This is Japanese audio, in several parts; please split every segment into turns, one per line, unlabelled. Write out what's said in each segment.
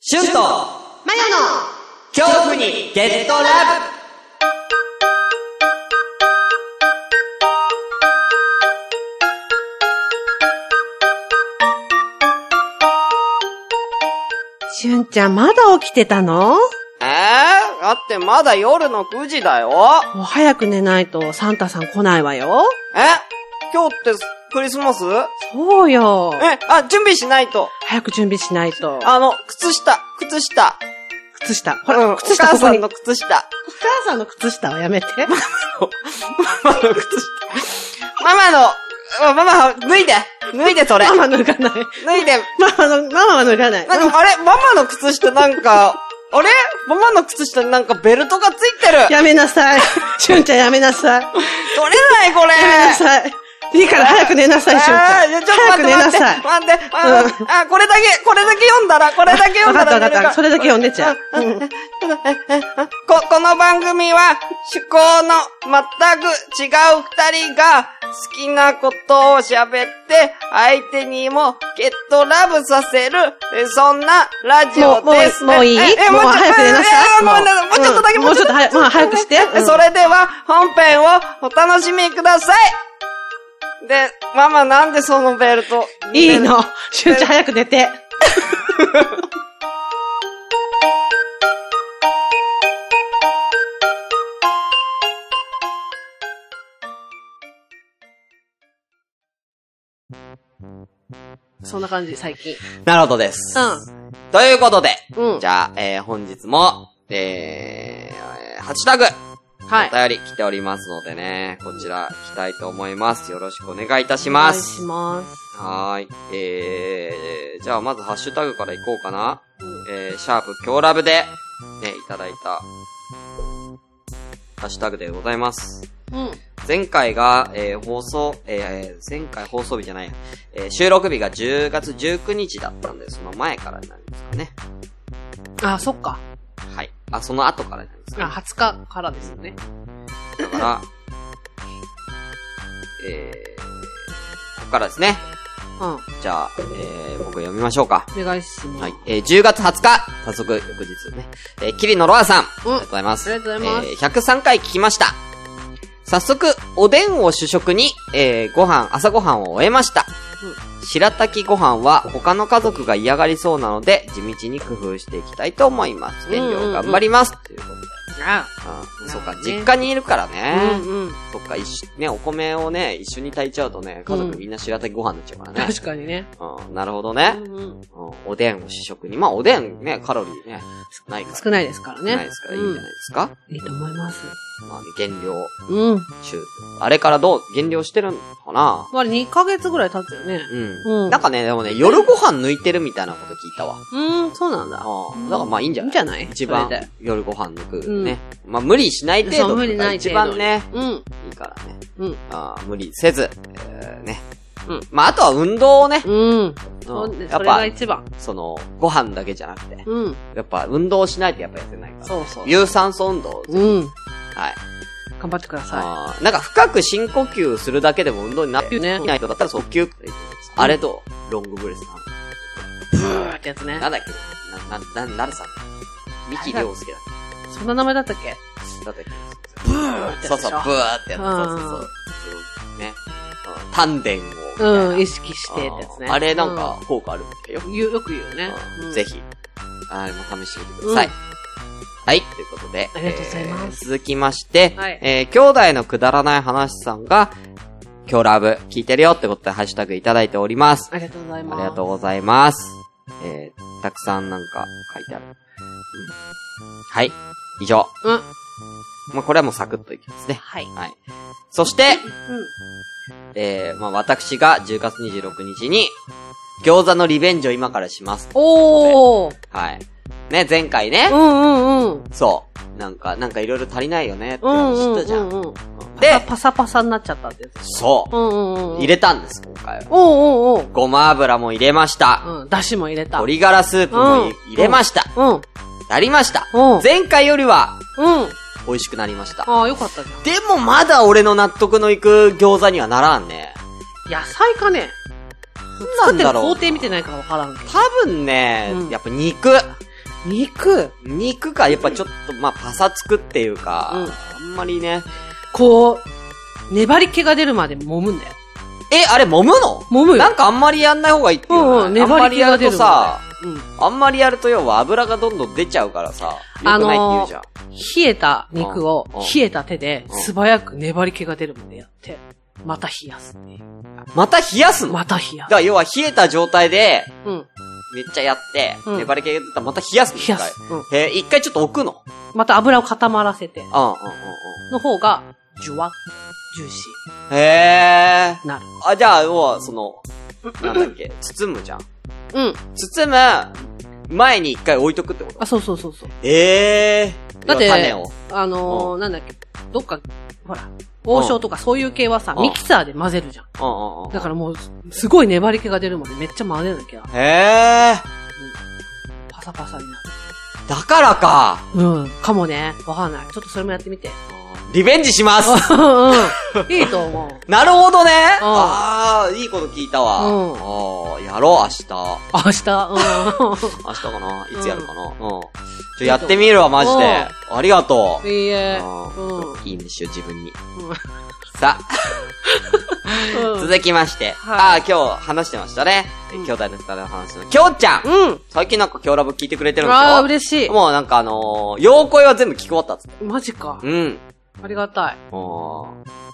シュンとマヨの恐怖にゲットラブ
しゅんちゃん、まだ起きてたの
えー、だってまだ夜の9時だよ。
もう早く寝ないとサンタさん来ないわよ。
え今日ってクリスマスえ、
そうよ。
あ、準備しないと。
早く準備しないと。
あの、靴下、靴下。
靴下。ほら、
うん
靴
お
下
母
ここ
さ
に。
ん
お
の靴下。
母さんの靴下はやめて。
ママの靴下。ママの、ママ、脱いで脱いでそれ
ママ脱がない。
脱いで
ママの、ママは脱がない。
なんか、あれママの靴下なんか、あれママの靴下になんかベルトがついてる取れ
やめなさい。しゅんちゃんやめなさい。や
ない これ
めなさい。いいから早く寝なさい、しゅんち
あ
ゃ
ーいや
ん。
ちょっと
早
待
く
っ
寝
て
な
待って
さい。
待って。あー、あーこれだけ、これだけ読んだら、これだけ読
わ
ん
か
だら
ったわか
寝
っ
る
た。それだけ読んでちゃう。うん
こ、この番組は、趣向の全く違う二人が、好きなことを喋って、相手にもゲットラブさせる、えそんなラジオ
もう
です。
もうもういい
えええ
もう
もうちょ
早く寝なさい
ええもう
もう
もうちょっとだけ、
うんもうちょっとは早くしてうん
それでは、本編をお楽しみください。で、ママなんでそのベルト。
いいの。しゅんちゃん早く寝て。そんな感じ、最近。
なるほどです。
う
ということで、
ん。うん。
じゃあ、えー、本日も、えー、ハッシュタグ、
はい。
お便り来ておりますのでね、こちら来たいと思います。よろしくお願いいたし
お
ま
願いし
す。
ます。
はーい。えー、じゃあまずハッシュタグからいこうかな。
うん
えー、シャープ強ラブで、ね、いただいた、ハッシュタグでございます。
うん。
前回が、えー、放送、えー、前回放送日じゃないや、えー、収録日が10月19日だったんで、その前からになりますかね。
あ、そっか。
はい。あ、その後からになりますか
あ、
ね。
20日からですよね。
だから、えー、ここからですね。
うん。お
じゃあ、えー、僕読みましょうか。
願いします。
はい。えー、10月20日、早速、翌日ね。えー、キリノロアさん。あり
うん
がとうございます。
ありがとうございます
えー、103回聞きました。早速、おでんを主食に、えー、ご飯、朝ご飯を終えました。白滝ご飯は他の家族が嫌がりそうなので、地道に工夫していきたいと思います。
うんうんうん
遠慮頑張ります。ということで。
あ、
あー、
な
そう
るほ
か
どね、
実家にいるからね。
うんうん。
そっか、一緒、ね、お米をね、一緒に炊いちゃうとね、家族みんな白滝ご飯になっちゃうからね。
確かにね。
うん、なるほど
う
ね、
んうん。
うん。おでんを主食に。まあ、おでんね、カロリーね、ないから。
少ないですからね。
ないですから、いいんじゃないですか、
うんいいと思います。
まあ、減量
うん。
中。あれからどう、減量してるのかな
まあ、2ヶ月ぐらい経つよね。
うん。
うん
なんかね、でもね、夜ご飯抜いてるみたいなこと聞いたわ。
うーん、そうなんだ。
うん。だからまあいいんじゃない
いいんじゃない
一番
それで
夜ご飯抜くね。まあ無理しない程度
そう無
と
理
か
ない
一
程度
番ね、
うん。
いいからね。
うん。
あー無理せず、えー、ね。
うん
まああとは運動をね。
うん。そ
うん
うね
や
そ
っ
れが
ぱ、
一番。
その、ご飯だけじゃなくて、
うん。
やっぱ運動しないとやっぱやってないから。
そうそう。
有酸素運動。
うん。
はい。
頑張ってくださ
あーなんか深く深呼吸するだけでも運動になって
ね
ない人だったら速球って言ってますあれと、ロングブレスな。
い。ブーってやつね
な。んだっけな、な、な、なるさん。三木亮介だっ
そんな名前だったっけ
けだったっけ
ブーって
そう
やつ
そ
でし
う、
ょ
ブワーってやつ。
うん
そうそうそう。そうね。うん丹田をみたいな。
うん、意識してってやつね。
あれなんか効果あるんだよ
う。ん。言うよく言うよね
う。
うんん
ぜ。ひ、あれも試してみてください。
うん
はい、ということで。
ありがとうございます
えー続きまして、
はい
えー兄弟のくだらない話さんが、今日ラブ聞いてるよってことでハッシュタグいただいております。
ありがとうござい
あ
ます。
りがとうございます。えー、たくさんなんか書いてある。うんはい、以上。
うん。うん。
まあ、これはもうサクッといきますね。
はい。
はい。そして、えー、まあ、私が10月26日に、餃子のリベンジを今からします。
おー。
はい。ね、前回ね
う、んうんうん。
そう。なんか、なんかいろいろ足りないよねって
うんう
話
んう
したじゃん。
んうん。
で、
パサパサになっちゃったってやつ。
そ
うんうんう
う。
ん。
入。れたんです、今回は。
おうおう
ごま油も入れました。
おう。うん。だしも入れた。うん。
鶏ガラスープもい
うん
入れました。
うん。
なりました。
うん。
前回よりは
うん。
美味しくなりました。
ああ、よかったじゃん。
でもまだ俺の納得のいく餃子にはならんね。
野菜かね作
な
っ
ん
てる
だ
工
ろう。
程見てないからわからんけど。
多分ね
うん、
やっぱ肉。
肉
肉がやっぱちょっと、まあ、パサつくっていうか、
うん
あんまりね。
こう、粘り気が出るまで揉むんだよ。
え、あれ揉むの
揉むよ。
なんかあんまりやんない方がいいっていう
うん
よ、ね
うん、粘り気が出る
あんまりやると
のね
さ、
うん。
あんまりやると要は油がどんどん出ちゃうからさ、良くないって言うじゃん。
冷えた肉を
うんうん
冷えた手で
うん
素早く粘り気が出るまでやって、また冷やすっていう。
また冷やすの、
また冷や
だから要は冷えた状態で、
す。うん。
めっちゃやって、
うん
粘り気が出たらまた冷やすの
冷
一
や
回
す。うん。
えー一回ちょっと置くの。
また油を固まらせて、
うんうんうん
の方が、ジュワッ、ジューシ
うん。へ
ーになる。
ー。あ、じゃあ、要は、その、なんだっけ、包むじゃん。
うん。
包む、前に一回置いとくってこと
あ、そうそうそうそう。
えー。
だって
要は種を。
あのー、なんだっけ、どっか、ほら、王将とかそういう系はさ、
うん
ミキサーで混ぜるじゃん。
うんうんうん。
だからもう、すごい粘り気が出るまでめっちゃ混ぜなきゃ、
へー。
パサパサになる。
だからか。
うん。かもね。わかんない。ちょっとそれもやって みて。
リベンジします
うんうん。いいと思う。
なるほどねあー、いいこと聞いたわ。
うん
あー、やろう、明日。
明日、
明日かない
うん
つやるかな、うん、ちょ、やってみるわ、マジで。ありがと
う
う。
ん。いいえ。
うん
う
いいんですよ、自分に。
うん
さあ、
うん
続きまして。
は
ああ、今日話してましたね。え
うん
兄弟の二人の話の。きょうちゃん
うん。
最近なんか今日ラブ聞いてくれてるんですよ。
ああ、嬉しい。
もうなんかあのー、洋声は全部聞き終わったっつって。
マジか。
うん。
ありがたい。
おー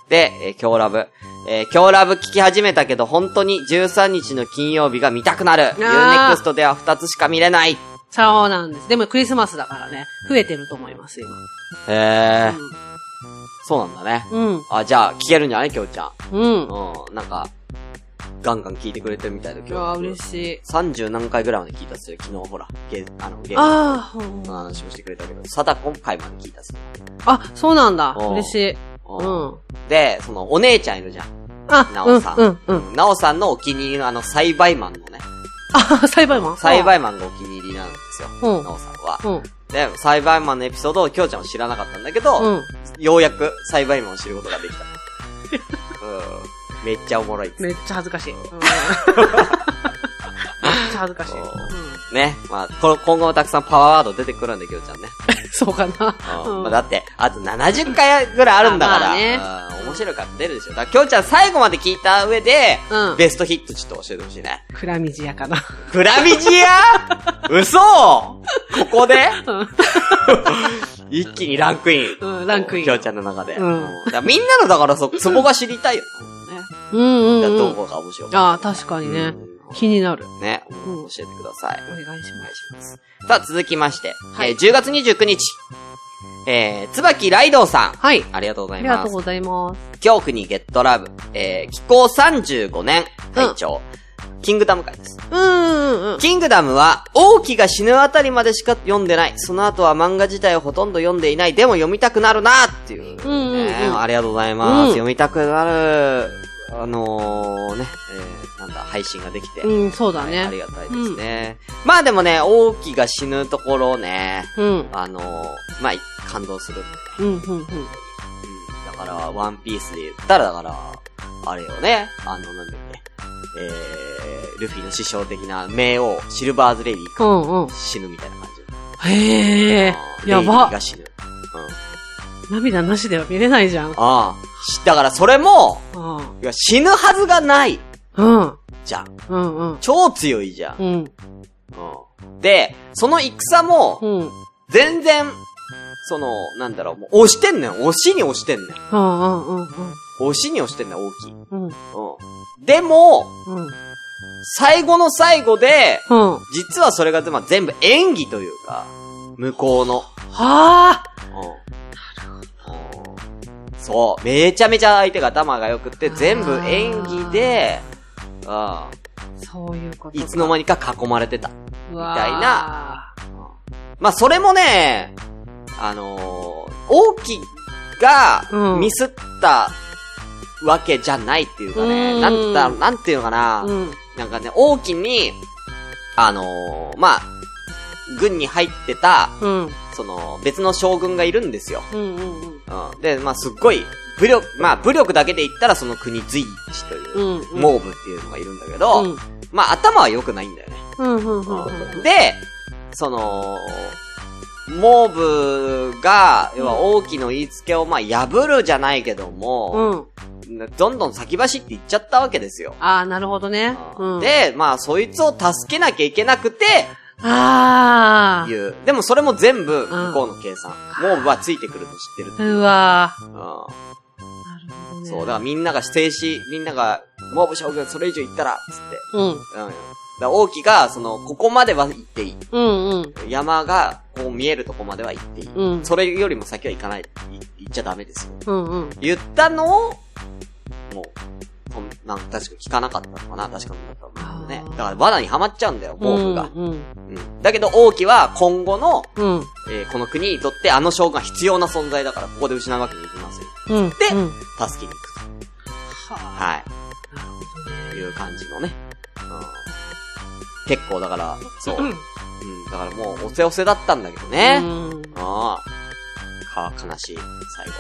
で、えー、今日ラブ。えー、今日ラブ聞き始めたけど、本当に13日の金曜日が見たくなる。ユー
ー
ネクストでは2つしか見れない。
そうなんです。でもクリスマスだからね、増えてると思います、今。
へえ、そうなんだね。
うん。
あ、じゃあ、聞けるんじゃないきょうちゃん。
うん。
うん、なんか、ガンガン聞いてくれてるみたいだけ
うわ、嬉
い。
しい。
30何回ぐらいまで聞いたっすよ。昨日ほら、ゲー、あの、ゲーム
ああ、うん
の話もしてくれたけど、サダ今回まで聞いたっすよ。
あ、そうなんだ。
うん
嬉しい。
う
うんん。
で、その、お姉ちゃんいるじゃん。
あ、
な
う
お
ん
さん。
うん、うん。
なおさんのお気に入りのあの、栽培マンのね、
あ、栽培マン
栽培マンがお気に入りなんですよ。
うん
なおさんは。
うん。
で、栽培マンのエピソードをきょうちゃんは知らなかったんだけど、
うん。
ようやく栽培マンを知ることができた。 うん。めっちゃおもろいっつって
めっちゃ恥ずかしい。うんめっちゃ恥ずかしい。うん
ね。まあ、こ今後もたくさんパワーワード出てくるんで、きょうちゃんね。
そうかな。
うん
うん
まあ、だって、あと70回ぐらいあるんだから、
あまあね
うん面白いから出るでしょ。だから、きょうちゃん最後まで聞いた上で、
うん
ベストヒットちょっと教えてほしいね。
暗みじやかな。
グラビジ ア嘘ここで
うん
一気にランクイン。
うん、ランクイン。
きょうちゃんの中で。
うん
だからみんなのだからそ、そこが知りたいよ。ね。
うん
だから
うん
ど
う
こ
ん。
が面白いか。
ああ、確かにね。気になる。
ね、
うん
教えてください。
お願い
お
しま
願い
す。
します。さあ、続きまして、
はい
えー10月29日、えー、椿ライドウさん。
はい。
ありがとうござ
あ
い
りが
ま
とう
す。
ございます。
恐怖にゲットラブ、えー、気候35年、会長、キングダム会です。
うんうんうん。
キングダムは、王毅が死ぬあたりまでしか読んでない。その後は漫画自体をほとんど読んでいない。でも読みたくなるなっていう。
うんうんうん
ねありがとうございます。
うん
読みたくなる、あのー、ね、えー、なんだ、配信ができて。
うん、そうだ
はいあり
ね。
がたいですね。まあでもね、王毅が死ぬところをね、
うん。
あのー、まあ、感動するんでね。
うん、うん、うん。
うん。だから、ワンピースで言ったら、だから、あれよね、あの、なんだっけ、えー、ルフィの師匠的な冥王、シルバーズレディ
う
が
ん、うん。
死ぬみたいな感じ。
へえ
あ、ー
や
レイディ
ば
が。死ぬ。うん。
涙なしでは見れないじゃん。
ああ。しだから、それも、
うん、
いや死ぬはずがない、
うん、
じゃん。
うん、うん。
超強いじゃん。
うん、
うん。で、その戦も、
うん、うん、
全然、その、なんだろう、もう押してんねん。押しに押してんねん。
うん、うん、
押しに押してんねん、大きい。う
うん、うん、
ん。でも、
うん、
最後の最後で、
うん。は
実はそれがまあ全部演技というか、向こうの。
あ
うん。うんそう。めちゃめちゃ相手が頭が良くって、全部演技で、うん。
そういうこと
い
か。
つの間にか囲まれてた。た
み
いな。まあ、それもね、あのー、大きが
うん
ミスったわけじゃないっていうかね、
うん
なんだろう、なんていうのかな、
うん、
なんかね、大きに、あのー、まあ、軍に入ってた、
うん、
その、別の将軍がいるんですよ。
うん、うん、
うん、で、まあ、すっごい、武力、まあ、武力だけで言ったらその国随一というう、
ん、うん。
モーブっていうのがいるんだけど、
うん、
まあ、頭は良くないんだよね。
うん、うん、うん。
で、その、モーブが、要は王毅の言いつけを、まあ、破るじゃないけども、
うん。
どんどん先走っていっちゃったわけですよ。
ああ、なるほどね。うん。、
で、まあ、そいつを助けなきゃいけなくて、
あ
いう。でもそれも全部、
ん
向こうの計算。モーブはついてくると知ってる。
あ。うわ
う
ー
ん。
なるほどね。
そう、だからみんなが制止、みんなが、モーブ将軍それ以上言ったら、つって。
うん。
うん。だから王毅が、その、ここまでは行っていい。
うんうん。
山が、こう見えるとこまでは行っていい。
うん
それよりも先は行かない、い行っちゃダメですよ。
うんうん。
言ったのを、もう、とんなん確か聞かなかったのかな確かにだったんだけどね
あー。
だから罠にはまっちゃうんだよ、毛布が。
うん
うん。だけど、王毅は今後の、
うん。
えーこの国にとってあの将軍は必要な存在だから、ここで失うわけにいきません。
うん。
で
うん、
助けに行くと。
は
はい。
あ。なるほ
いう感じのね。うん。結構だから、そう。
ど
う
ね
ん。。だからもう、おせおせだったんだけど
え
ね。ああ。か、悲しい、最後。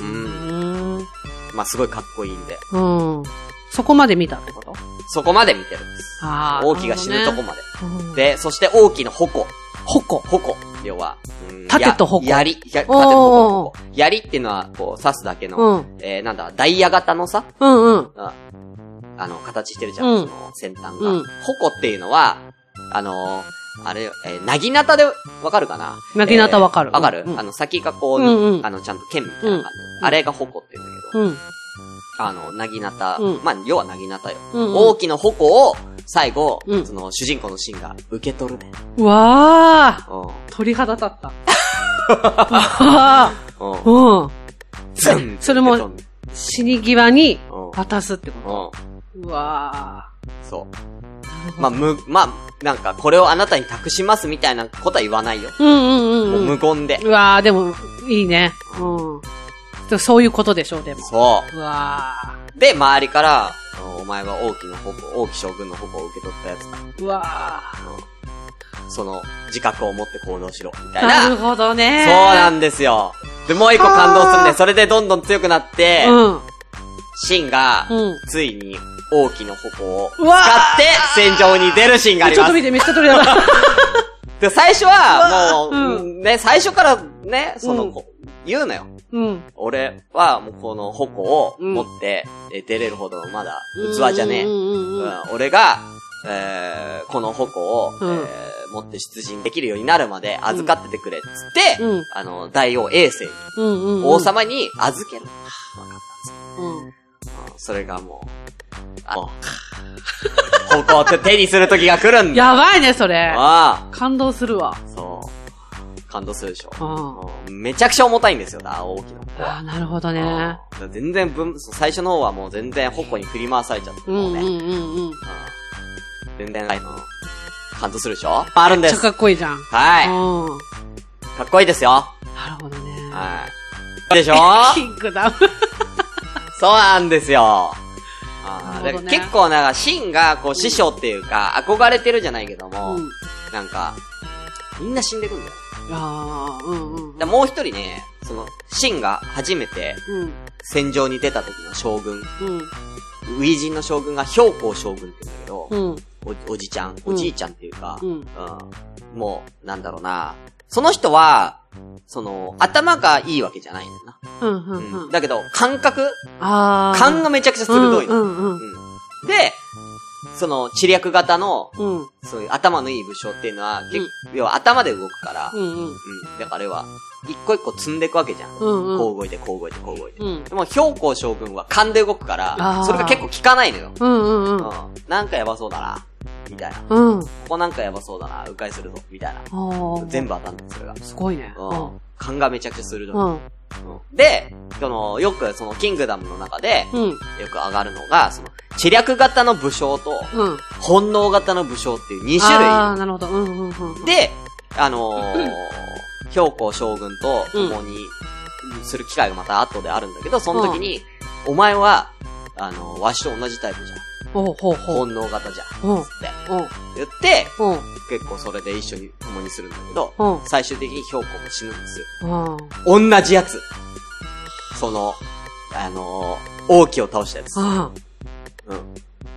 うん。
うん。
まあ、すごいかっこいいんで。
うん。そこまで見たってこと
そこまで見てるんです。
あー
王毅が死ぬとこまで。
うん
で、そして王毅の矛。矛矛。要は、うん
盾と矛
や槍。や盾と
おー
矛。矛槍っていうのは、こう、刺すだけ
う
の、
ん。
えー、なんだ、ダイヤ型のさ、
うんうん。
ああの、形してるじゃ、
うんん
その先端
う
が
ん。
矛っていうのは、あのー、あれよ、えー、なぎなたで、わかるかな
なぎなたわかる
えーわかる
うん
あの、先がこ
うんう
う、
ん
あの、ちゃんと剣みたいな感
うん
じ。あれが矛って言うんだけど、
うん。
あの、なぎなた
う。ん
まあ、要はなぎなたよ。
うん。
大きな矛を、最後
う、ん
その、主人公のシーンが受け取るね。
うわあ
うん。
鳥肌立った。 わあ
う
うん。
ん。
それ
う
も
ん。
死に際に
うん。
渡すってこ
そ
と。うわ
う。
あ
まあ、む、まあ、なんか、これをあなたに託しますみたいなことは言わないよ。
うんう
も
ん
う
うんうん。
無言で。
うわあでも、いいね。うんでも。そういうことでしょう、でも。
そう
わあ
う。で、周りから、おお前は王毅の矛、王毅将軍の矛を受け取ったやつだ。
うわあ
その、自覚を持って行動しろ。みたいな。
な
そ
る
う
ほどね。
なんですよ。で、もう一個感動するね。それでどんどん強くなって、シンが、
うん。うん。
ついに、王毅の矛を使
うわ
って、戦場に出るシーンがあり
ちょっ
ま
と
す
見。て、めっちゃ鳥肌。
で、最初は、も
うわ
う、ね、最初からね、その、
うん
こう言うのよ。
うん。
俺は、もうこの矛を持って、え出れるほどのまだ、器じゃねえ。
う
うん
んうんうんうん。
俺が、えー、この矛を、
うん
えー持って出陣できるようになるまで預かっててくれ、つって、
うん
あの、大王衛星、
うんうんうん。
王様に預ける。わかった
うん。
それがもう、あの、矛を手にする時が来るんだ。
やばいね、それ。
あ
感動するわ。
あ、そう。感動するでしょ。
うん。
うんめちゃくちゃ重たいんですよ、だ大きな子
あ
は。
あ、なるほどね。
うん全然分、最初の方はもう全然矛に振り回されちゃって、
う
もう
んう
ね。
んうんうん。めっ
うん全然、あの、感動するでしょあるんで
ちゃ
す。
かっこいいじゃん。
はい。
うん。
かっこいいですよ。は
なるほどね。
い。で しょ
キングダム。
そうなんですよ。あー
なるほど
だ
ね
から結構なんか、シンが、こう、師匠っていうか、憧れてるじゃないけども、
うん。
なんか、みんな死んでくんだよ。
ああ、うんうん。
だからもう一人ね、その、シンが初めて
うん。
戦場に出た時の将軍、
うん。
ウィジンの将軍が標高将軍って言うんだけど、
うん。
おおじちゃん、
うん
おじいちゃんっていうか、
う
うん
ん。
もう、なんだろうな。その人は、その、頭がいいわけじゃないんだ
うん。う
な。
ん。うん。
だけど、感覚
ああ。
感がめちゃくちゃ鋭いの。
うんうんうん。
うんで、その、知略型の、
うん。うん
そういう頭のいい武将っていうのは、結要は頭で動くから、うん。
うん。
だからあれは、一個一個積んでいくわけじゃん。
うんうん
こう動いて、こう動いて、こう動いて。
うん。
でも、標高将軍は勘で動くか
あ
ら、
ー
それが結構効かないのよ。
うんうんうん。
うん。なんかやばそうだな、みたいな。こ
うん。
こなんかやばそうだな、迂回するぞ、みたいな。
ああ。
全部当たんの、それが。
すごいね。
うん。勘がめちゃくちゃ鋭い。
う
うん
ん。
で、その、よくその、キングダムの中で、
うん。
よく上がるのが、その、知略型の武将と、
うん。
本能型の武将っていう2
あ
種
あ、なるほど。うんうんうんうん。
類。で、あの ー、兵庫将軍と共にする機会がまた後であるんだけど、その時に、お前は、あのー、わしと同じタイプじゃん。
ほうほうほう。
本能型じゃん。つ
うん。
って
うん。
言って、
うん。
結構それで一緒に共にするんだけど、
うん。
最終的に兵庫も死ぬんですよ。
うん。
同じやつ。その、あのー、王毅を倒したやつ。
うん。
うん。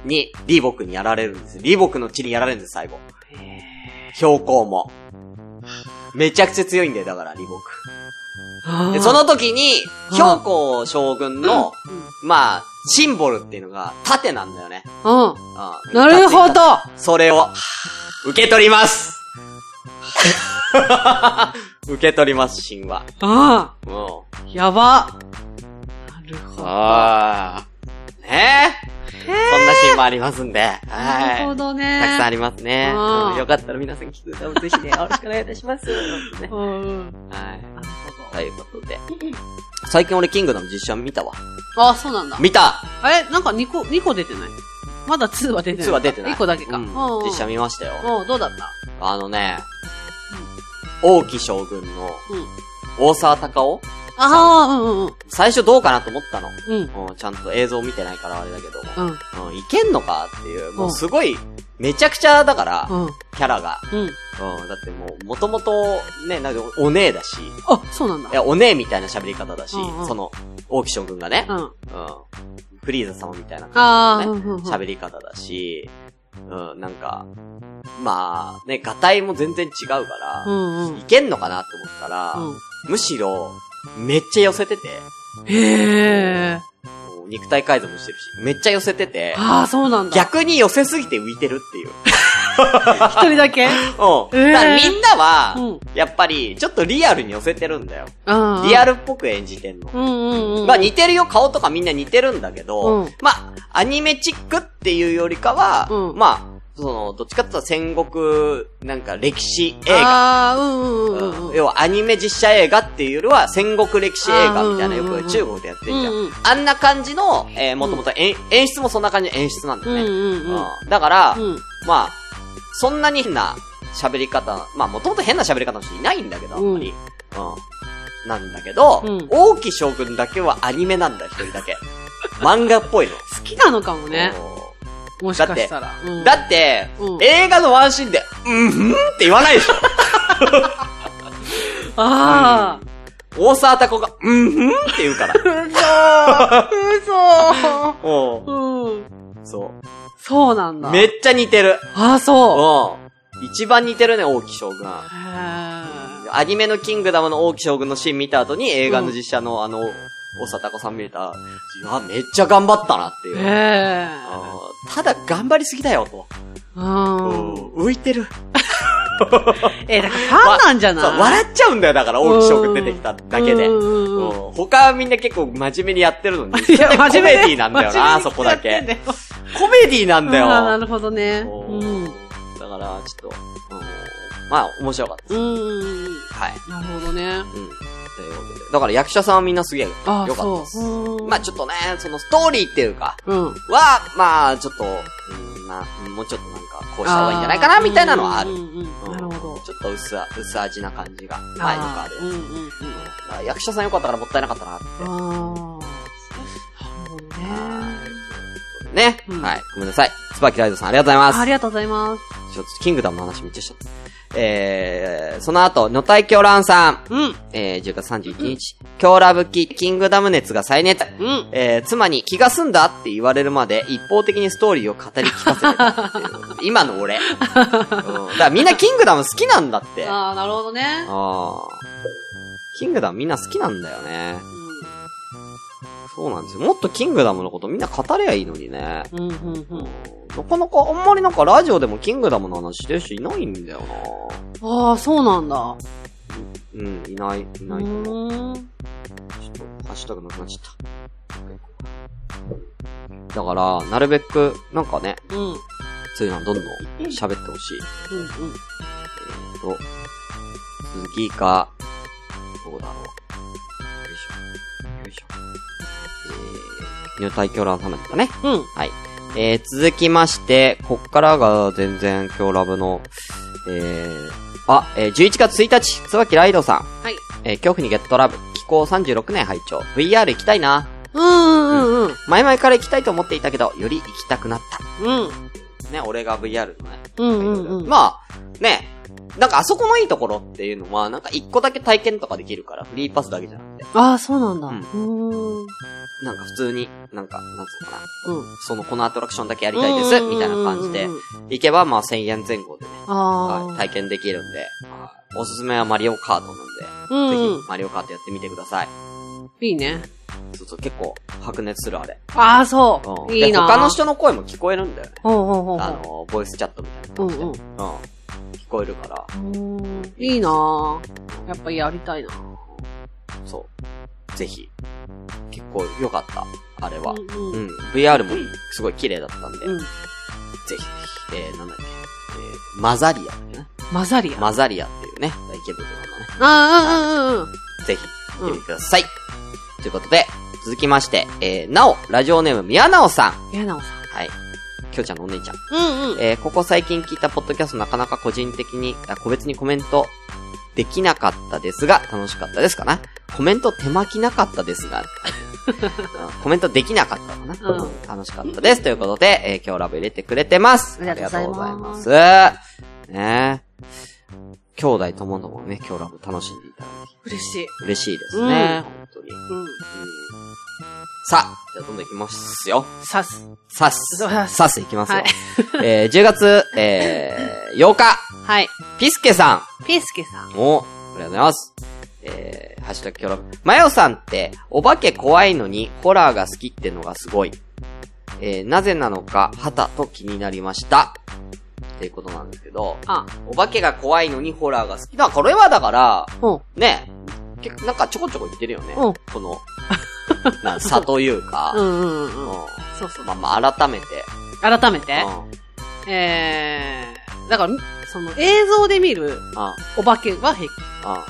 に、リーボックにやられるんですよ。リーボックの血にやられるんです、最後。標高も。めちゃくちゃ強いんだよ、だから、李牧。
あー
で、そ、の時に、
あ
標高将軍の、まあ、シンボルっていうのが、盾なんだよね。
うん。
う
うんん。なるほ。ど。
それを、受け取り ます。 受け取ります、神話。
あ
うん。
あ、やば。なるほど。
ああ。ねえ。そんなシーンもありますんで。はい。
なるほどね。
たくさんありますね。
うん
うんよかったら皆さん聞く歌をぜひね、よろしくお願いいたし ます。ね
うん。なる
はい。
ほ
ということで。最近俺、キングダム実写見たわ。
ど。あ、そうなんだ。
見た
え、なんか2個、二個出てないまだ2は出てない。
実は出てない。
1個だけか。
う
うんん。
実写見ましたよ。
うん、どうだった
あのね、王毅将軍の
うん。
大沢隆夫
ああ、うんうんうん。
最初どうかなと思ったの。
うん。
うん、ちゃんと映像見てないからあれだけど
うん。
も。うん、いけんのかっていう、もううんすごい、めちゃくちゃだから、
うん。
キャラが。
うん。
うん、だってもう、もともと、ね、なんかお姉だし、
あ、そうなんだ
い。や、お姉みたいな喋り方だし、
うんうん
その、王毅将軍がね
う、ん。
うん、フリーザ様みたいな
あ
感
あ、
じ
う
の
ん
ね、
うんうん。
喋り方だし、うん、なんか、まあ、ね、ガタイも全然違うから、
うんうん
いけんのかなと思ったら、
うん。
むしろ、めっちゃ寄せてて、
へえ。
もう肉体改造もしてるし、めっちゃ寄せてて、
ああ、そうなんだ。
逆に寄せすぎて浮いてるっていう。
一人だけ
うん。
えー
だからみんなは、
うん
やっぱり、ちょっとリアルに寄せてるんだよ。
うんうん。
リアルっぽく演じてんの。
うんうんうん。
まあ似てるよ、顔とかみんな似てるんだけど、
うん
まあ、アニメチックっていうよりかは、
うん
まあ、その、どっちかっていうと戦国、なんか歴史映画。
ああ、うんうんうんうんうん。
要はアニメ実写映画っていうよりは戦国歴史映画みたいな
あー
よ
うんうんうん
く中国でやってんじゃん。
うんうん
あんな感じの、えー、もともと演演出もそんな感じの演出なんだ
う
よね。
んうんうん。
うんだから、
うん。
まあ、そんなに変な喋り方、まあもともと変な喋り方の人いないんだけど、あんまり。うん。なんだけど、
うん
大き将軍だけはアニメなんだ、一人だけ。 漫画っぽいの。
好きなのかもね。
う
もしかしたら。
ん
うん
だって、
うん
映画のワンシーンで、うんふんって言わないでしょ。
ああ。
大沢たこが、うんふんって言うから。
う
おう
そうん。
そ
そうなん
う。
だ。
めっちゃ似てる。
ああ、そう。
うん。一番似てるね、大木将軍。
へー
アニメのキングダムの大木将軍のシーン見た後に映画の実写のあの、おさたこさん見れた、いや、めっちゃ頑張ったなっていう。
へ
あーただ頑張りすぎだよと。
ーうん。
浮いてる。
え、だからファンなんじゃない
そう笑っちゃうんだよ、だから大木将軍出てきただけで。
う
うんん
うんうん
他はみんな結構真面目にやってるのに。
いや、
コ
真面目
メディなんだよな、そこだけ。コメディなんだよ。
ああー、なるほどね。
う
うんん。
だから、ちょっと、うんまあ、面白かっ
うんうんうん。
た。はい。
なるほどね。
うん。ということで。だから役者さんはみんなすげえよ
あ
か
あ、
った
そ
です。
う。うん
まあちょっとね、そのストーリーっていうか、
うん。
は、まあちょっと、うん、まあもうちょっとなんか、こうした方がいいんじゃないかな、みたいなのはある。
うんうんうん
うん
なるほど。
ちょっと薄あ、薄味な感じが、まあよくあるやつ
うんうんうん。
うん役者さんよかったからもったいなかったなって。
ああ。なるほどね。
ね、
うん
はい。ごめんなさい。椿ライドさんありがとうござい
あ
ま
りがとうございます。
す。ちょっとキングダムの話めっちゃしちゃった。えー、その後、野体狂乱さん。
うん。
えー、10月31日。狂ラブキ、キングダム熱が再熱。
うん。
えー、妻に気が済んだって言われるまで一方的にストーリーを語り聞かせてたっていう今の俺。うん、だからみんなキングダム好きなんだって。あ
ああ、なるほどね。
あ。キングダムみんな好きなんだよね。そうなんですよ。もっとキングダムのことみんな語りゃいいのにね。
うん。うん、うん、う
うん
ん。
なかなかあんまりなんかラジオでもキングダムの話してる人いないんだよ
ああ、そうなんだ。
なうん、いない、いうないと思う。
ーん。
ちょっと、ハッシュタグなくなっちゃった。だから、なるべく、なんかね、
うん。
そういうのはどんどん喋ってほしい。
う
え
ん、
っと、次が、どうだろう。よいしょ。よいしょ。えー、ニュータイ狂乱サムですかね。
うん。うん。
えー、続きまして、こっからが全然今日ラブの、えー、あ、えー、11月1日、椿ライドさん。
はい。
えー、恐怖にゲットラブ。気候36年拝聴 VR 行きたいな。
うん、うん、うん。
前々から行きたいと思っていたけど、より行きたくなっ
うん。
た。ね、俺が VR のね。
うん、うん、うん。
まあ、ね、なんかあそこのいいところっていうのは、なんか一個だけ体験とかできるから、フリーパスだけじゃなくて。
ああ、そうなんだ。
う
うんーん。
なんか普通に、なんか、なんつうのかな、
うん。
その、このアトラクションだけやりたいです、みたいな感じで
うんうんうん、
行けば、まあ1000円前後でね、
あ
はい
あ。
体験できるんで、はいおすすめはマリオカートなんで、
うんうん
ぜひマリオカートやってみてください。
いいね。
そうそう、結構白熱するあれ。
ああ、そうう。
ん
いい
で
な。
他の。人の声も聞こえるんだよね。
ほうほうほう
あ
ほ
の、ボイスチャットみたいな感じで。
うんうん
聞こえるから、
う。うんいいな。やっぱやりたいな。
そう。ぜひ。結構良かった、あれは。
うん
う
うん
ん。VR もすごい綺麗だったんで、
うん。
ぜひ、えー、なんだっけ、えー、マザリアだっけな。
混ざりや。あ
マザリアっていうね、池袋のね、
あ、うんうんうん。
ぜひ、見てみてください。ということで、続きまして、えー、なお、ラジオネーム、宮直さん。
やなおさん。
はい。きょうちゃんのお姉ちゃん。
うんうん。
えーここ最近聞いたポッドキャストなかなか個人的に、あ個別にコメントできなかったですが、楽しかったですかなコメント手巻きなかったです が、うんコメントできなかったかな、
うん
うん楽しかったです。ということで、えー今日ラブ入れてくれてます。
ありがとうございます
ありがとうございます。ねえ兄弟ともどもね、今日ラブ楽しんでいただいて
嬉しい。
嬉しいですね。本当に。うん
うん。
さあ、じゃあどんどん行きますよ。
さす。
さっす
そうで。す
さっす行きますよ。
はい
えー10月、えー8日、
はい。
ピスケさ
ピースケさん。
ん。お、ありがとうございます。えー、ハッシュタグキョロ。マヨさんって、お化け怖いのに、ホラーが好きってのがすごい。えー、なぜなのか、はたと気になりました。っていうことなんですけど、
あ、
お化けが怖いのにホラーが好き。だから、これはだから、
うん。
ね、結なんかちょこちょこ言ってるよね。
うん
この、な差というか、
う
うん
ん うんうんうん。そうそう。
まあまあ、改めて。
改めて
う。ん
えー、だから、その映像で見る
あ
お化けは平気。
あ。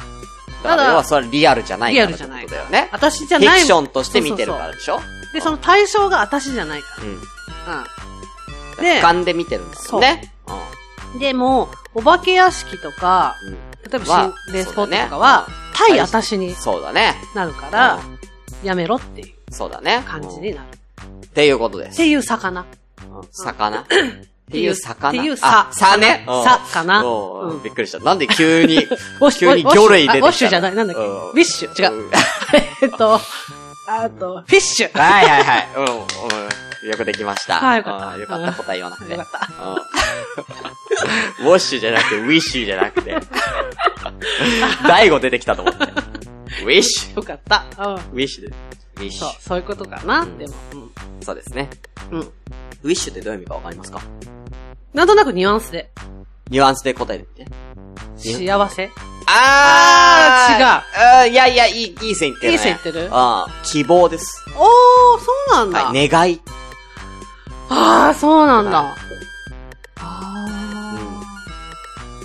だか
ただ
ら要はそれリアルじゃないから
リアルじゃない
ってことだよね。
私じ
フ
ゃ
ィク
ない
シ
も
ョ
ん。
ンとして見てるからでしょ
で、その対象が私じゃないか
うん。
ら。
俯瞰で見てるんだもんね。
うん。でも、お化け屋敷とか、
うん。
例えば
は
心霊スポットとか
そ
は、
ね
対私
うん
に
そうだね。
なるか
う
ら、
ん
やめろっていう
そうだね。
感じ
うん
になる。
っていうことで
っ
す。
ていう魚。っ
うん魚。っていう魚。
っていう
あ
さ。
さね。うん
さ、かな。
お
う
うんびっくりした。なんで急に、
ウォッシュ
急に魚類出てきた
あウォッシュじゃない。なんだっけ。
う
ウ
ん
ィッシュ。違う。
ん
えっと、あと、フィッシュ。
はいはいはい。うん、うん。よくできました。
はいよかった
うんよかった答えようなくて。
よかった。
うんウォッシュじゃなくて、ウィッシュじゃなくて。大悟出てきたと思って。ウィッシュ。
よかった。うん。
ウィッシュで。ウィッシ
そう
ュ、。
そういうことかな。
うん
でも、うん。
そうですね。
うん。
ウィッシュってどういう意味かわかりますか
なんとなくニュアンスで。
ニュアンスで答えてみて。
幸せ
あ違う。
あ
うん、いやいや、いい、いい線いってる、ね。
いい線いってる
ああ、希望です。
おー、そうなんだ。
はい、願い。
あー、そうなん
は
だ。あ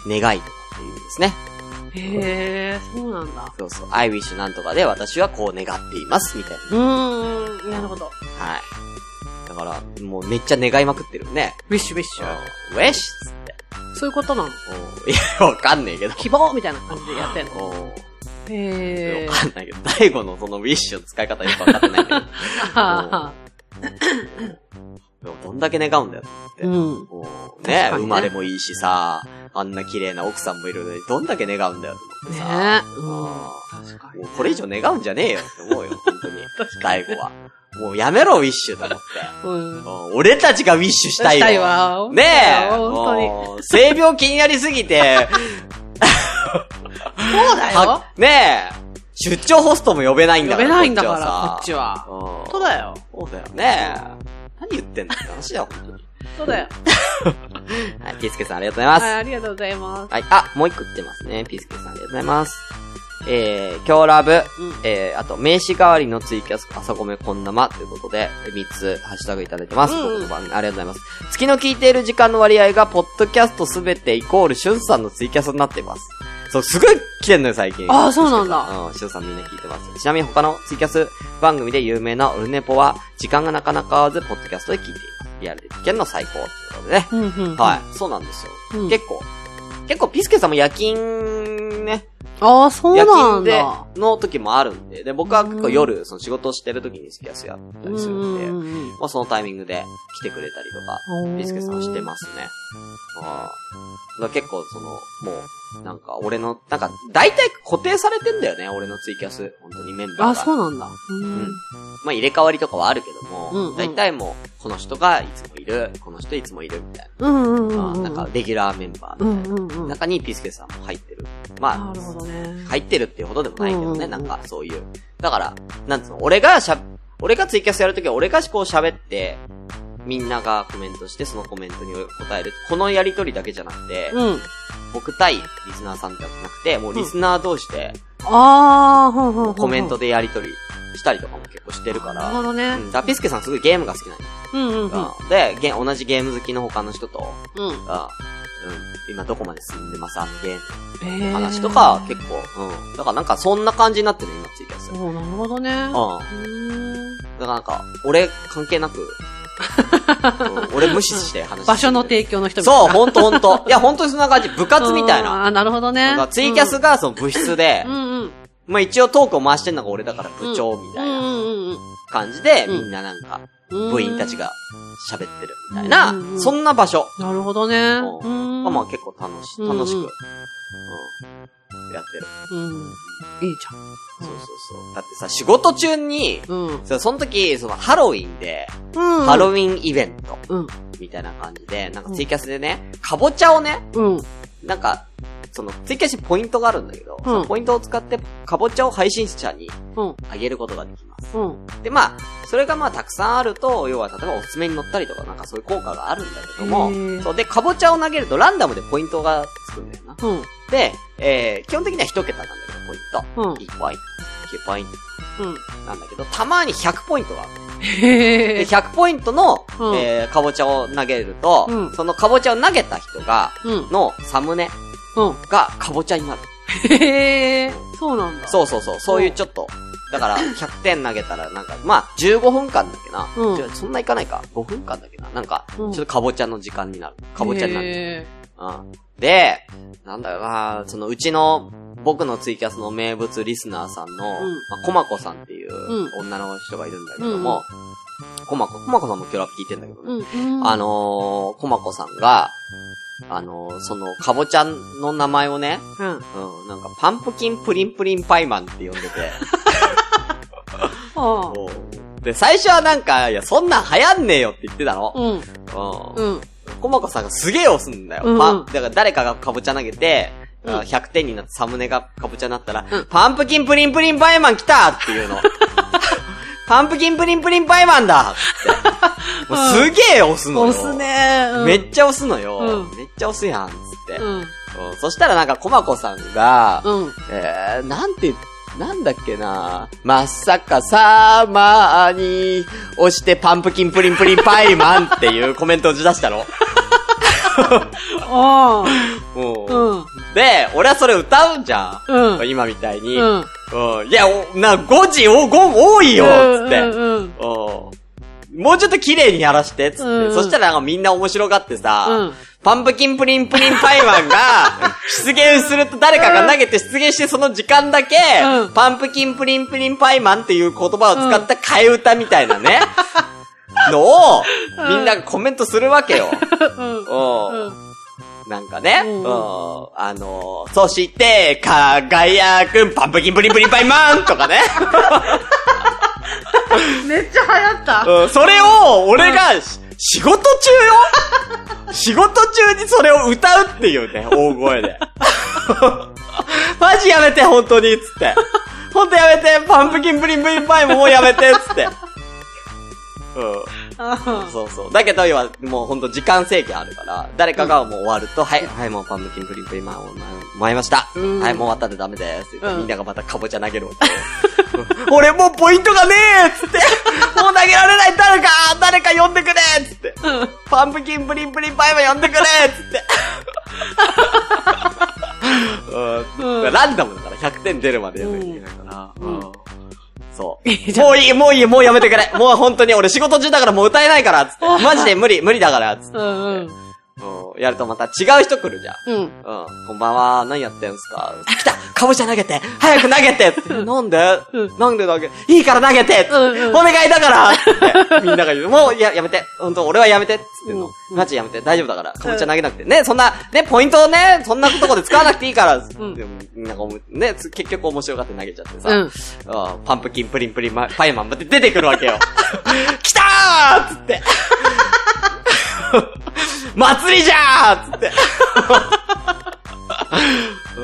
願いとかっていうんですね。
ー。へー、そうなんだ。
そうそう。I wish なんとかで私はこう願っています、みたいな。
うーん、なるほど。
はい。だから、もうめっちゃ願いまくってるね。
ウィッシュウィッシュ。
ウェッシュ
そういうことなの
おーいや、わかんねえけど。
希望みたいな感じでやってんの。
おー
へー
わ。かんないけど、大悟のそのウィッシュの使い方よくわかってないけど。
あ
でもどんだけ願うんだよって。
ーうん。
おー
確
ね
かにね
生まれもいいしさ、あんな綺麗な奥さんもいるのに、どんだけ願うんだよって思って
ね
さ。
え。
うんも
うん。確か
う
に。
これ以上願うんじゃねえよって思うよ、本当 に。大悟は。もうやめろ、ウィッシュと思って。
うん。
うん俺たちがウィッシュしたいよ。
したいわ
ねえ。
本当に
もう性病気になりすぎて、
そう だよ
は。ねえ。出張ホストも呼べないんだか
呼べ
ら。
ないんだから、こっち
は
は。
さ。
そうだよ。
うん。そうだよね何言ってんのって話だよ、本当に。
そうだよ。
はい、ピースケさんありがとうございま
はい、
す。
ありがとうございます。
はい、あ、もう一個言ってますね。ピースケさんありがとうございます。えー、今日ラブ、
うん
えー、あと、名刺代わりのツイキャス、朝ごめこんなま、ということで、3つ、ハッシュタグいただいてます。
うんうん
僕の番組ありがとうございます。月の聞いている時間の割合が、ポッドキャストすべてイコール、しゅんさんのツイキャスになっています。そう、すごい来てんのよ、最近。
あーそうなんだ
うん、しゅんさんみんな聞いてます。ちなみに他のツイキャス番組で有名なオルネポは、時間がなかなか合わず、ポッドキャストで聞いています。リアルで聞けるの最高。ということでね。
うんうんうん。
はい、そうなんですよ。
うん
結構、結構、ピスケさんも夜勤ね、
ああ、そう
夜
な
勤
ん
で
だ。、
の時もあるんで。で、僕は結構夜、その仕事してる時にスキャスやったりするんで、
うんうんうん
まあそのタイミングで来てくれたりとか、
うん
ビスケさんしてますね。ああ。だから結構その、もう、なんか俺の、なんか大体固定されてんだよね、俺のツイキャス。本当にメンバーが。
あ、そうなんだ。
んまあ入れ替わりとかはあるけども、
うんうん
大体もう、この人がいつもいる、この人いつもいるみたい
うんうんう
な。
んうん。
なんかレギュラーメンバー
う
み
ん
たい
うんう。
なん中にピースケさんも入ってる。ま
なるほ
あ、
どね。
入ってるっていうほどでもないけどね、
うん
なんかそういう。だから、なんつうの、俺がしゃ、俺がツイキャスやるときは俺がこう喋って、みんながコメントして、そのコメントに答える。このやりとりだけじゃなくて、
うん。
僕対リスナーさんじゃなくて、もうリスナー同士で
ああ、ほんほんほんほん。
コメントでやりとりしたりとかも結構してるか
なる
ら、
ほどね
う。ん、だピースケさんすごいゲームが好きなんで
うんうんうん。
がで、ゲ同じゲーム好きの他の人と、
うん。
が、うん、今どこまで進んでますあのゲーム
え
の
ー
話とか、結構、うん。だからなんかそんな感じになってる、今ついてるやつ。うん。
そう、なるほどね。
だ
う
か
ーん
らなんか、俺関係なく、うん俺無視して話してる
場所の提供の人みたい
そう、
な。
ほんとほんと。いや、ほんとにそんな感じ。部活みたい
うん
な。
あ、なるほどね
なんか。ツイキャスがその部室で
うん。、うんうん。
まあ一応トークを回してんのが俺だから部長み
う
たい
ん
な
うん
感じで、
うん
みんななんか、
うんうん。
部員たち。が喋ってるみたいな
うんう、ん
そんな場所。
なるほどね。
う
うん。
まあまあ結構楽し、
うんうん
楽しく、うん、やってる。
うん。いいじゃ
そ
ん。
うそうそう。だってさ、仕事中に、
うん。
そうその時、そのハロウィンで、
うん。
ハロウィンイベント、
うん。
みたいな感じで、なんかツイキャスでね、かぼちゃをね、
うん。
なんか、その、ツイキャスにポイントがあるんだけど、
ん
そのポイントを使って、かぼちゃを配信者に
うん。
あげることができます。
うん。
で、まあ、それがまあ、たくさんあると、要は、例えばおすすめに乗ったりとか、なんかそういう効果があるんだけど
へ
も、
ー
そう、で、かぼちゃを投げるとランダムでポイントがつくんだよな。
うん。
で、えー、基本的には1桁なんだけど、ポイント。
うん。
1ポイント、9ポイン
うん。
トなんだけど、たまに100ポイントがある。
へ
で、
え。
100ポイントの、
うん
えー、かぼちゃを投げると、
うん
そのかぼちゃを投げた人が、
うん。
のサムネ
うん。
がかぼちゃになる。
へえ。そうなんだ。
そうそうそう、そういう
うん
ちょっと、だ から、100点投げたら、なんか、まあ、15分間だっけな。
うん
じゃあそんないかないか。5分間だっけな。なんか、ち
う
ょ
ん
っとかぼちゃの時間になる。かぼちゃになる。
へ
うん。で、なんだよな、そのうちの、僕のツイキャスの名物リスナーさんの、
うん
まあ、コマコさんっていうう女の人がいるんだけど
うん
も、コマコ、コマコさんもキョラ聞いてんだけど
ーう
ね。
ん。うん。
あ、のー、コマコさんが、あのー、その、かぼちゃの名前をね、
うん。
うん、なんか、パンプキンプリンプリンパイマンって呼んでて、
あ
もうで、最初はなんか、いや、そんなん流行んねえよって言ってた
あ。
の。
うん。
うん。
うん。
コマコさんがすげえ押すんだよ。
うんうん
パンだから誰かがカボチャ投げて、
うん
100点になってサムネがカボチャになったら、
うん
パンプキンプリンプリンパイマン来たって いうの。パンプキンプリンプリンパイマンだ って。もうすげえ押すのよ。
押すね。うん
めっちゃ押すのよ。
う
めっちゃ押すやん、つって
う、ん。
うんそしたらなんかコマコさんが、
うん。
えー、なんて、なんだっけなまさかさーまーに、押してパンプキンプリンプリンパイマンっていうコメントを打ち出したの。
あ
うん
あ。うん。
で、俺はそれ歌うんじゃん。
うん。うん。
今みたいに。うん。
うん。
いや、おな、5時、お、5、多いよつって。
うんうんうん。
うん。もうちょっと綺麗にやらして、つって。
うんうん
そしたらなんかみんな面白がってさ、
うん
パンプキンプリンプリンパイマン が、出現すると誰かが投げて出現してその時間だけ、
うん
パンプキンプリンプリンパイマンっていう言葉を使った替え歌みたいなね、のを、
ん
みんながコメントするわけよ。
うん。
うん
うん。
なんかね、う
うんん、
あのー、そして、輝く、パンプキンプリンプリンパイマンとかね。
めっちゃ流行った。
うん、それを、俺が、し仕事 中よ仕事中にそれを歌うっていうね、大声で。 マジやめて、本当に、つ って。本当やめて、パンプキンプリンプリンパイマンもうやめて、つって。うん。
あ
そうそう。だけど、要は、もうほんと時間制限あるから、誰かがもう終わると、はい、はい、もうパンプキンプリンプリンマンをもらいました。
うん
はい、もう終わったんでダメです。
うん
みんながまたカボチャ投げるわけうん 俺もうポイントがねえっつ って、もう投げられない誰か誰か呼んでくれっつって、
うん
パンプキンプリンプリンパイマン呼んでくれっつって。うん
うん
ランダムだから100点出るまでやんなきゃいけないから。
うん
うんそう。
いいじゃん
もういい、もういい、もうやめてくれ。もう本当に俺仕事中だからもう歌えないから、つって。マジで無理、無理だから、つって。
うんうん。
うんをやるとまた違う人来るじゃん。
う
う
ん。
ん。こんばんは、何やってんすか来たかぼちゃ投げて早く投げてってなんで
うん
なんで投げいいから投げて
うんうん
お願いだ からってみんなが言う。もう、や、やめて。ほんと、俺はやめてっつってんの。
うん
マジやめて。大丈夫だから。かぼちゃ投げなくて。ね、そんな、ね、ポイントをね、そんなとこで使わなくていいから。
ん
でもなんか思う、ね、つ結局面白がって投げちゃってさ。
うん。
ああパンプキンプリンプリンマパイマンまで出てくるわ けよ。来たーっつって。祭りじゃーっつ って。う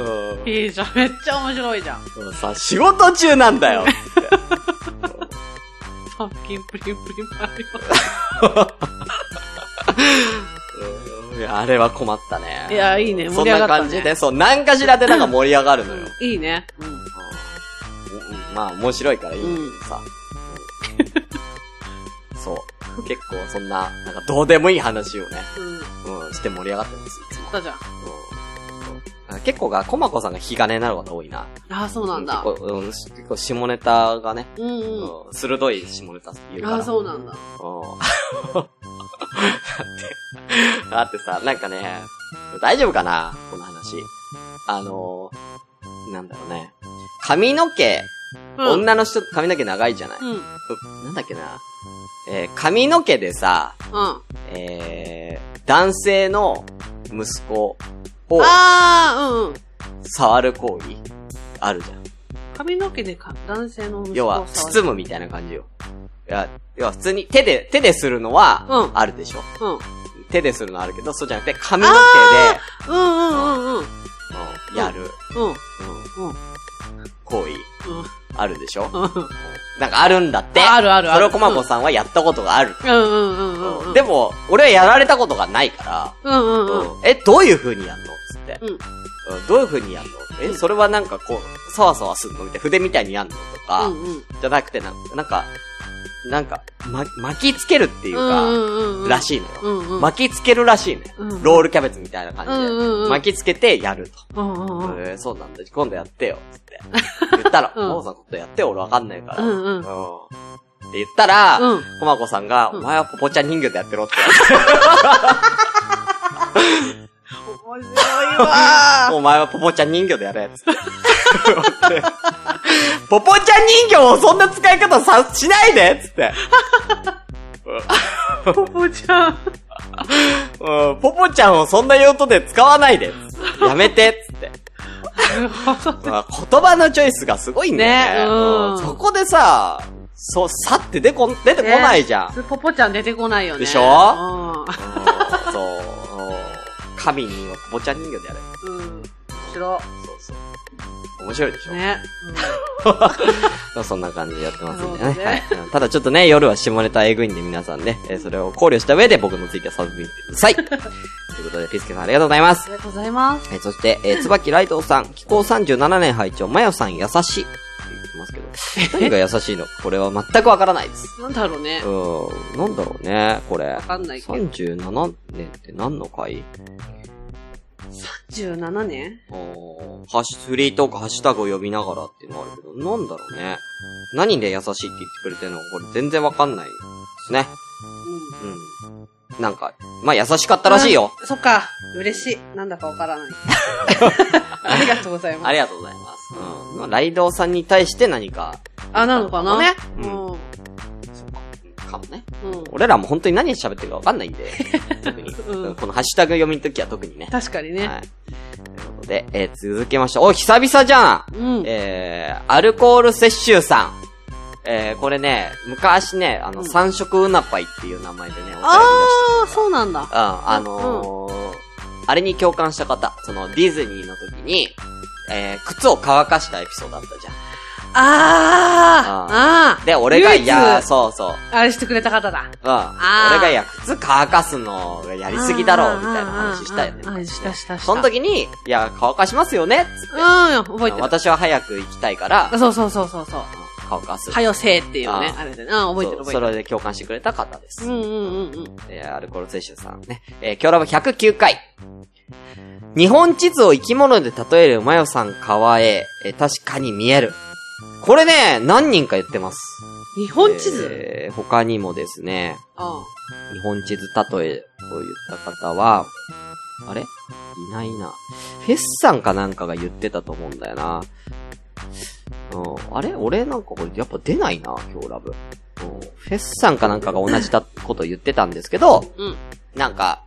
ん
いいじゃん。めっちゃ面白いじゃん。
でもさ、仕事中なんだよ。
パンキンプリンプリンマリ
うんいやあれは困ったね。
いやいいね
そ
盛
ん
り上が
な
ったね
感じで、そう、何かしらでなんか盛り上がるのよ。
オ。いいね。うん。
うんまあ、面白いからいいんだけどさ。うんそう。結構、そんな、なんかどうでもいい話をね、
うん。
うん、して盛り上がってます、いつも。
だじゃん。
うんあ結構が、コマコさんが引き金になること多いな。
ああ、そうなんだ。
結構、うん、し結構下ネタがね、
うん
う
うん。
ん鋭い下ネタっていうから。
ああ、そうなん
う
だ。
んだって、 だってさ、なんかね、大丈夫かなこの話。あのー、なんだろうね。髪の毛、
うん。
女の人髪の毛長いじゃない、
うん。うん。
なんだっけな。えー髪の毛でさ、
あ
えー男性の息子を
あ、うんうん。
触る行為あるじゃん。
髪の毛でか男性の息子を
要は、
触る
包むみたいな感じよ。いや、要は普通に手で、手でするのは
うん、
あるでしょ、
うん。うん
手でするのはあるけど、そうじゃなくて髪の
うんうん
毛で、う
うん。
んやる、
うん。
うん
うん
行為、
うん
あるでしょ
うん
なんかあるんだって。
あるあるある
それをコマコさんはやったことがある。
うんうんうんうん。
でも、俺はやられたことがないから、
うんうんうん。
うんえ、どういう風にやんのつって、
うん
うんどういう風にやんのえ、
うん
それはなんかこう、そわそわすんのみたいな、筆みたいにやんのとか、
うんうん。
じゃなくてなんか、なんか、なんか、ま、巻きつけるっていう
うん
か、
うんうん。
ら
い。
しいの
う
よ。
んうん。
巻きつけるらしいの
うんう
よ。
ん
ロールキャベツみたいな
うん
感じ
うんう
で。
ん
巻きつけてやると。
うんうんうん。
えーそうなんだ。今度やってよ。つって。言ったら、
うん
コマコさんことやってよ、俺わかんないから。
うんうん
って言ったら、
うん
コマコさんが、
うん
お前はポポちゃん人形でやってろって。
面白いわ
お前はポポちゃん人形でやれっつって。 ポポちゃん人形をそんな使い方さ、しないでっつって。
ー。ポポちゃん。
うん、ポポちゃんをそんな用途で使わないでっつってやめてっつって。
なるほど。
まあ言葉のチョイスがすごいんだよね。
ねうん
そこでさ、そう、さって出こん、出てこないじゃん。
普通ポポちゃん出てこないよね。
でしょ
う
うんそううん。神にはポポちゃん人形でやれ。
ん。うん。面白
そうそう。面白いでしょ
い。ね。
まあそんな感じでやってますんでね。
なるほどね
はいうんただちょっとね、夜は下ネタエグいんで皆さんね、えーそれを考慮した上で僕のツイッター遊びに行ってください。ということで、ピスケさんありがとうございま
あ
す。
りがとうございます。
えーそして、えー、椿ライトさん、気候37年拝聴マヨさん優しい。って言ってます けど。何が優しいのこれは全くわからないです。
なんだろうね。
うん、なんだろうね、これ
わ。かんないけど。
37年って何の回
17年
あーハッシュ、フリートーク、ハッシュタグを呼びながらっていうのがあるけど、なんだろうね。何で優しいって言ってくれてるのか、これ全然わかんないですね。
うん。
うん。なんか、まあ優しかったらしいよ。
そっか。嬉しい。なんだかわからない。ありがとうございます
あ。りがとうございます。うん。まあ、ライドウさんに対して何か、
あ、なのかな
ね
う
うん
ん。うん。
かもね。俺らも本当に何喋ってるかわかんないん で、特に。
うん
うんこのハッシュタグ読みの時は特にね。
確かにね
は。い。ということで、えー続けまして、お、久々じゃん
うん。
えー、アルコール摂取さん。えー、これね、昔ね、あの、
うん
三色うなぱいっていう名前でね、お便り出して
ああ、そうなんだ。
うん、あのーあれに共感した方、その、ディズニーの時に、えー、靴を乾かしたエピソードだったじゃん。
ああああ
で、俺が、
唯一
いやー、そうそう。うん。
あれしてくれた方だ。ー
俺が、いや、靴乾かすのがやりすぎだろう、みたいな話したよね。
ああああああしたしたした。
その時に、いや、乾かしますよねっつっ
うん、
て
覚えてる。
私は早く行きたいから、
そうそうそうそうそう。
乾かす。
はよせーっていうね
あ。ー
あれでね。うん、覚えて
そ
る
う
覚え
そ
てる。
れで共感してくれた方です。
うんうんうんうん。
えーアルコール摂取さんね。えー、今日ラブ109回。日本地図を生き物で例えるマヨさん川へ、えー確かに見える。これね、何人か言ってます。
日本地図
えー他にもですね、
あ
日本地図例えを言った方は、あれいないな。フェスさんかなんかが言ってたと思うんだよな。うん。あれ俺なんかこれやっぱ出ないな、今日ラブ。うん。フェスさんかなんかが同じだこと言ってたんですけど、
うん。
なんか、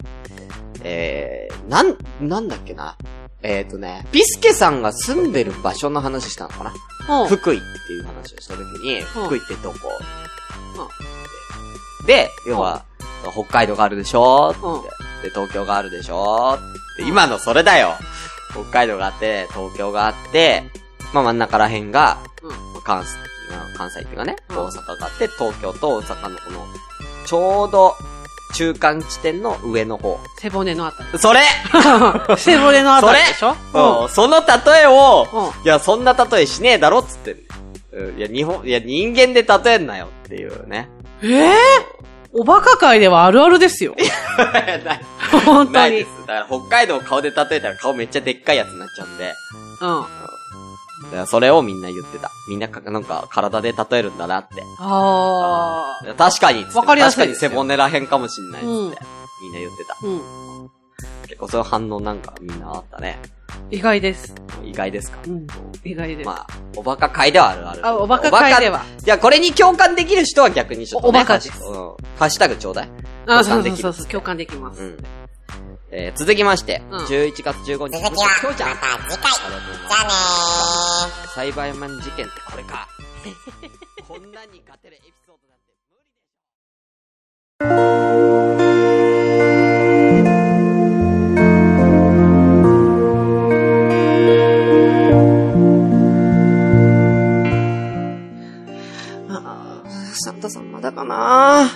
えー、なん、なんだっけな。えっ、ー、とね、ビスケさんが住んでる場所の話したのかな
ほう。
福井っていう話をした時に、
うん
福井ってどこで、要は、北海道があるでしょって、で、東京があるでしょって、今のそれだよ北海道があって、東京があって、まあ真ん中ら辺が、
うん。
関西、関西っていうかね、
うん
大阪があって、東京と大阪のこの、ちょうど、中間地点の上の方。
背骨のあたり。
それ、
背骨のあたりでしょ
うん、その例えを、
うん。うん。
いや、そんな例えしねえだろっつってる。うんいや、日本、いや、人間で例えんなよっていうね。
ええおバカ界ではあるあるですよ。
ない
本当
ない
に。
で
うん
す。。だから、北海道を顔で例えたら顔めっちゃでっかいやつになっちゃうんで。
あ
だからそれをみんな言ってた。みんなか、なんか、体で例えるんだなって。
あー。
確かにっつって
わかりやすいで
確
す
か
よ
に背骨らへんかもしんないっつって、
うん
みんな言ってた。
うん。
結構そういう反応なんかみんなあったね。
意外です。
意外ですか
うん。意外です。
まあ、おバカ界ではあるある。
あ、おバカ界では。
じゃあこれに共感できる人は逆にちょっと、ね、
おバカです
うん。ハッシュタグちょうだい。共
あ、そう
感
そ
で
う
きる
そうそう、共感できます。
うん。えー、続きまして、
うん
11月15日。
続きは
きょうちゃん。あり
また次
がと
回。
うございます
じゃあねー。
サイバーマン事件ってこれか。 こんなに勝てるエピソードなんて無理でしょ。
あーサンタさんまだかな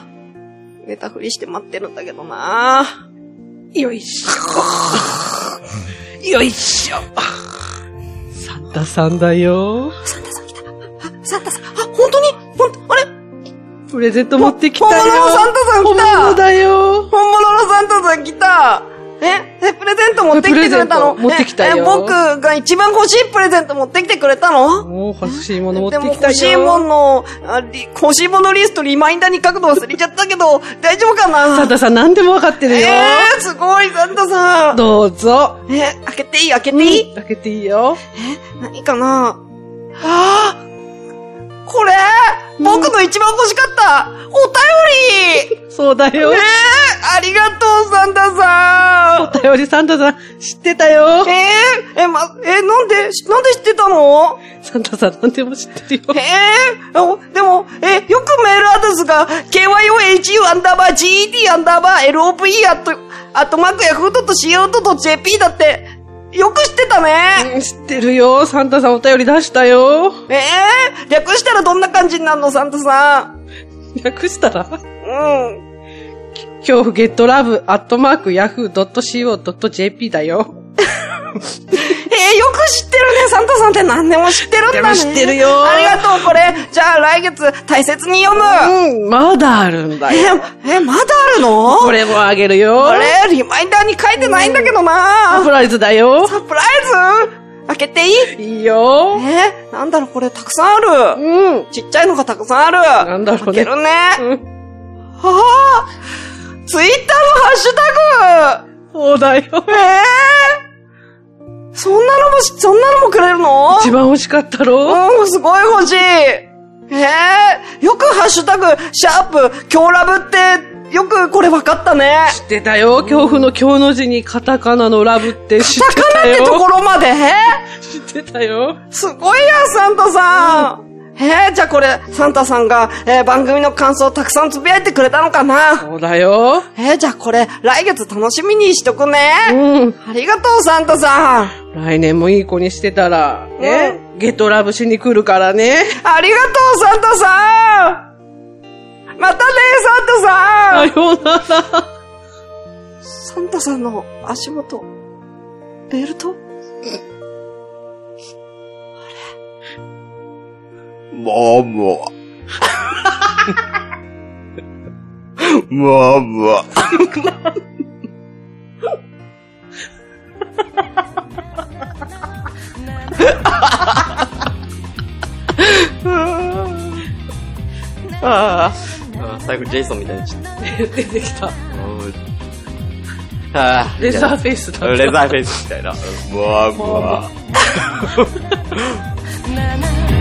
寝たふりして待ってるんだけどな
よいしょ。よいしょ。サンタさんだよ。
サンタさん来た。あ、サンタさん、あ、本当にほんと、あれ
プレゼント持ってきた
本
よ。
物のサンタさん来た
本物だよ。
本物のサンタさん来たええ、プレゼント持ってきてくれたの
プレゼント持ってきたよ
ええ、僕が一番欲しいプレゼント持ってきてくれたの
もう欲しいもの持ってき
で
た
も
よ。
欲しいもの、あり欲しいものリストリマインダーに書くの忘れちゃったけど、大丈夫かな
サンタさん何でも分かってるよ。
えー、すごい、サンタさん。
どうぞ。
え、開けていい開けていい、
開けていいよ。
何かなああこれ僕の一番欲しかったお便り
そうだ
え
よ
え。ありがとう、サンタさ
お便りサンタさん知ってたよ
んえ。ええ、ま、え、なんで、しなんで知ってたの
サンタさん何でも知ってるよ
え。えおでも、え、よくメールアドレスが、kyohu アンダーバー ged アンダーバー lope アット、アットマークヤフーと co.jp だって、よく知ってたね。
うん知ってるよ。サンタさんお便り出したよ。
ええ略したらどんな感じになるの、サンタさん。
略したら
うん。
恐怖ゲットラブアットマークヤフー .co.jp だ よ。
えー、よく知ってるね。サンタさんって何でも知ってるんだね。
でも知ってるよ
ありがとう、これ。じゃあ来月大切に読む。
うん、まだあるんだよ。
え、え、まだあるの
これもあげるよ。
あれリマインダーに書いてないんだけど
サ
な。
プライズだよ。
サプライズ開けていい
いいよ。
えー、なんだろう、これたくさんある。
うん。
ちっちゃいのがたくさんある。
なんだろうね。
開けるね。
うん。
はぁツイッターのハッシュタグ
そうだよ。
えー、そんなのもし、そんなのもくれるの
一番欲しかったろ
うん、すごい欲しい。ええよくハッシュタグ、シャープ、強ラブって、よくこれ分かったね。
知ってたよ。恐怖の恐の字にカタカナのラブって知って
高
た
菜ってとこ
よ。
ろまで、
知ってたよ。
すごいや、サンタさん。ええじゃあこれ、サンタさんが、えー番組の感想をたくさんつぶやいてくれたのかな
そうだよ。
えーじゃあこれ、来月楽しみにしとくね。
うん。
ありがとう、サンタさん。
来年もいい子にしてたら、ね。ゲットラブしに来るからね。
ありがとう、サンタさん。またね、サンタさん。
さようなら。
サンタさんの足元、ベルト
もも。もも。
ああ。最後ジェイソンみたいにちょっと。
出てきた。
うん
あ
レザーフェイスだった。
レザーフェイスみたいな。
もわもわ。
なな